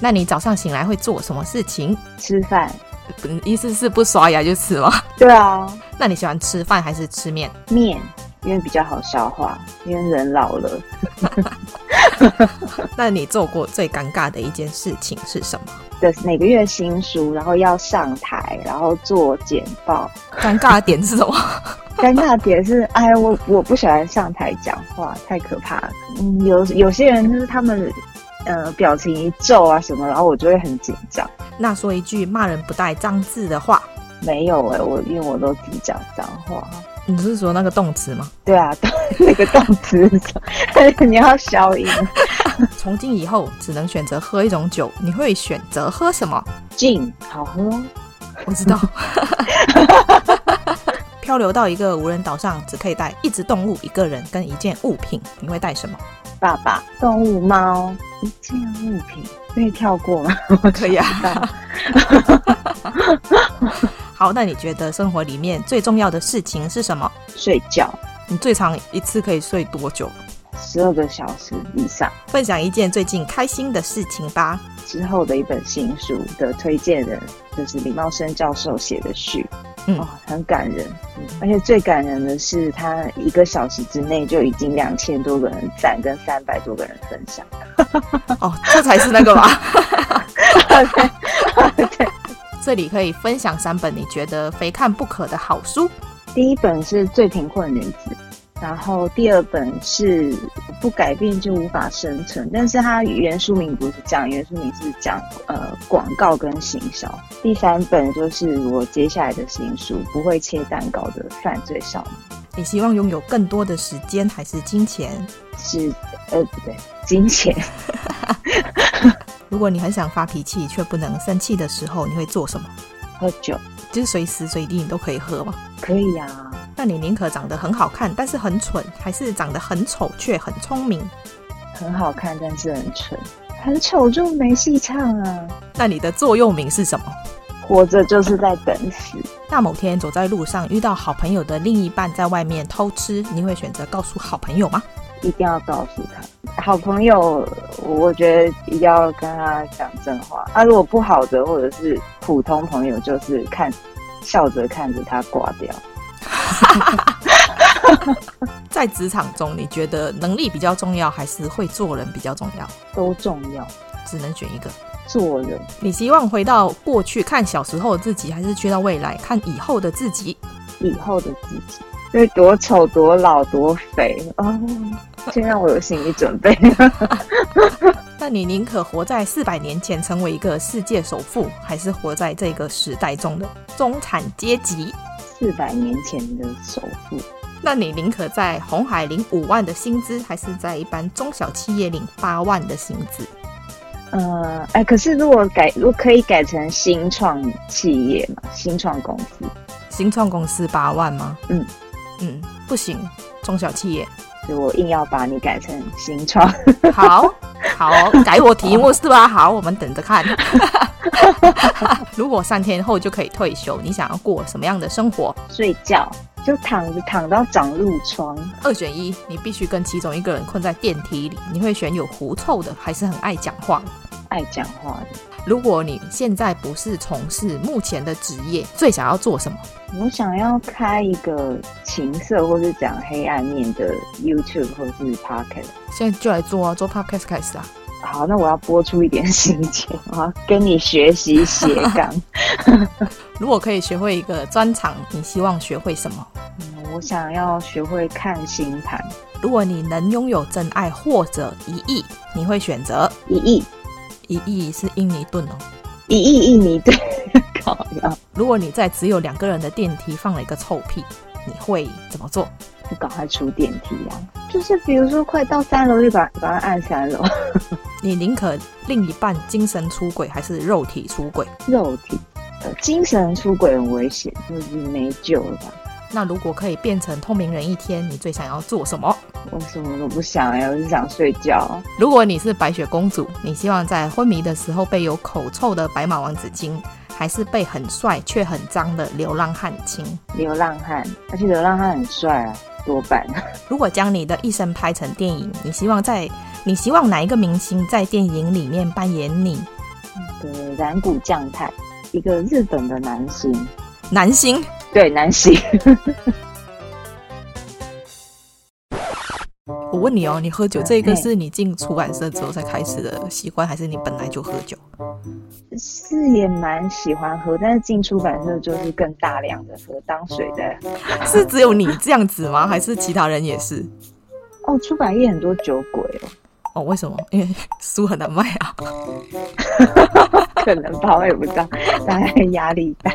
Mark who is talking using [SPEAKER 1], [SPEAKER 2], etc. [SPEAKER 1] 那你早上醒来会做什么事情？
[SPEAKER 2] 吃饭。
[SPEAKER 1] 不意思是不刷牙就吃吗？
[SPEAKER 2] 对啊，
[SPEAKER 1] 那你喜欢吃饭还是吃面？
[SPEAKER 2] 面，因为比较好消化，因为人老了。
[SPEAKER 1] 那你做过最尴尬的一件事情是什么？
[SPEAKER 2] 的每个月新书，然后要上台，然后做简 报。
[SPEAKER 1] 尴尬的点是什么？
[SPEAKER 2] 尴尬点是，哎，我我不喜欢上台讲话，太可怕了。嗯，有有些人就是他们，呃，表情一皱啊什么，然后我就会很紧张。
[SPEAKER 1] 那说一句骂人不带脏字的话，
[SPEAKER 2] 没有哎、我因为我都自己讲脏话。
[SPEAKER 1] 你是说那个动词吗？
[SPEAKER 2] 对啊，动 那个动词是什么， 你要消音。
[SPEAKER 1] 从今以后只能选择喝一种酒，你会选择喝什么？
[SPEAKER 2] 劲好喝，
[SPEAKER 1] 我知道。 漂流到一个无人岛上，只可以带一只动物、一个人跟一件物品，你会带什么？
[SPEAKER 2] 爸爸，动物猫，一件物品可以跳过吗？
[SPEAKER 1] 可以啊。 好，那你觉得生活里面最重要的事情是什么？
[SPEAKER 2] 睡觉，
[SPEAKER 1] 你最长一次可以睡多久？
[SPEAKER 2] 十二个小时以上。
[SPEAKER 1] 分享一件最近开心的事情 吧。
[SPEAKER 2] 之后的一本新书的推荐人就是李茂生教授写的序，
[SPEAKER 1] 嗯
[SPEAKER 2] 哦，很感人、嗯，而且最感人的是他一个小时之内就已经两千多个人赞跟三百多个人分享，
[SPEAKER 1] 哦，这才是那个 吧。
[SPEAKER 2] 对，
[SPEAKER 1] 这里可以分享三本你觉得非看不可的好书。
[SPEAKER 2] 第一本是最贫困女子。然后第二本是不改变就无法生存，但是它原书名不是这样，原书名是讲呃广告跟行销。第三本就是我接下来的新书《不会切蛋糕的犯罪少年》。
[SPEAKER 1] 你希望拥有更多的时间还是金钱？
[SPEAKER 2] 是呃不对，金钱
[SPEAKER 1] 如果你很想发脾气却不能生气的时候，你会做什么？
[SPEAKER 2] 喝酒
[SPEAKER 1] 就是随时随地你都可以喝嘛。
[SPEAKER 2] 可以啊，
[SPEAKER 1] 那你宁可长得很好看但是很蠢，还是长得很丑却很聪明？
[SPEAKER 2] 很好看，但是很蠢，很丑就没戏唱啊。
[SPEAKER 1] 那你的座右铭是什么？
[SPEAKER 2] 活着就是在等死，
[SPEAKER 1] 那某天走在路上遇到好朋友的另一半在外面偷吃，你会选择告诉好朋友吗？
[SPEAKER 2] 一定要告诉他。好朋友，我觉得一定要跟他讲真话。啊，如果不好的或者是普通朋友，就是看笑着看着他挂掉。
[SPEAKER 1] 在职场中，你觉得能力比较重要，还是会做人比较重要？
[SPEAKER 2] 都重要，
[SPEAKER 1] 只能选一个。
[SPEAKER 2] 做人
[SPEAKER 1] 你希望回到过去看小时候的自己，还是去到未来看以后的自己？
[SPEAKER 2] 以后的自己，就是多丑、多老、多肥哦，先让我有心理准备。
[SPEAKER 1] 那你宁可活在四百年前成为一个世界首富，还是活在这个时代中的中产阶级？
[SPEAKER 2] 四百年前的首富，
[SPEAKER 1] 那你宁可在红海领五万的薪资，还是在一般中小企业领八万的薪资？
[SPEAKER 2] 呃，哎，可是如果改，如果可以改成新创企业嘛，新创公司，
[SPEAKER 1] 新创公司八万吗？
[SPEAKER 2] 嗯
[SPEAKER 1] 嗯，不行，中小企业。
[SPEAKER 2] 就我硬要把你改成新创，
[SPEAKER 1] 好好，改我题目是吧？好，我们等着看。 如果三天后就可以退休，你想要过什么样的生活？
[SPEAKER 2] 睡觉就躺着躺到长褥疮，
[SPEAKER 1] 二选一，你必须跟其中一个人困在电梯里，你会选有狐臭的，还是很爱讲话的？
[SPEAKER 2] 爱讲话的。
[SPEAKER 1] 如果你现在不是从事目前的职业，最想要做什么？
[SPEAKER 2] 我想要开一个情色或是讲黑暗面的 YouTube 或是 Pocket。
[SPEAKER 1] 现在就来做啊，做 podcast 开始啊。
[SPEAKER 2] 好，那我要播出一点时间，我要跟你学习斜杠。
[SPEAKER 1] 如果可以学会一个专长，你希望学会什么？
[SPEAKER 2] 嗯，我想要学会看星盘，
[SPEAKER 1] 如果你能拥有真爱或者一亿，你会选择
[SPEAKER 2] 一亿
[SPEAKER 1] 一亿是印尼盾哦。
[SPEAKER 2] 一亿印尼盾，搞呀，
[SPEAKER 1] 如果你在只有两个人的电梯放了一个臭屁，你会怎么做？
[SPEAKER 2] 就赶快出电梯啊！就是比如说快到三楼就把把它按三楼，
[SPEAKER 1] 你宁可另一半精神出轨还是肉体出轨？
[SPEAKER 2] 肉体。呃，精神出轨很危险，就是没救了吧？
[SPEAKER 1] 那如果可以变成透明人一天，你最想要做什么？
[SPEAKER 2] 我什么都不想哎、我就想睡觉。
[SPEAKER 1] 如果你是白雪公主，你希望在昏迷的时候被有口臭的白马王子亲，还是被很帅却很脏的流浪汉亲？
[SPEAKER 2] 流浪汉，而且流浪汉很帅啊，多半
[SPEAKER 1] 如果将你的一生拍成电影，你希望在你希望哪一个明星在电影里面扮演你？
[SPEAKER 2] 个染谷将太，一个日本的男星，
[SPEAKER 1] 男星
[SPEAKER 2] 对男星，
[SPEAKER 1] 我问你哦，你喝酒这个
[SPEAKER 2] 嗯
[SPEAKER 1] 是你进出版社之后才开始的习惯，还是你本来就喝酒？
[SPEAKER 2] 是也蛮喜欢喝，但是进出版社就是更大量的喝，当水在喝。
[SPEAKER 1] 是只有你这样子吗？还是其他人也是？
[SPEAKER 2] 哦，出版业很多酒鬼哦，
[SPEAKER 1] 哦，为什么？因为书很难卖啊。
[SPEAKER 2] 可能吧，我也不知道，大家压力大。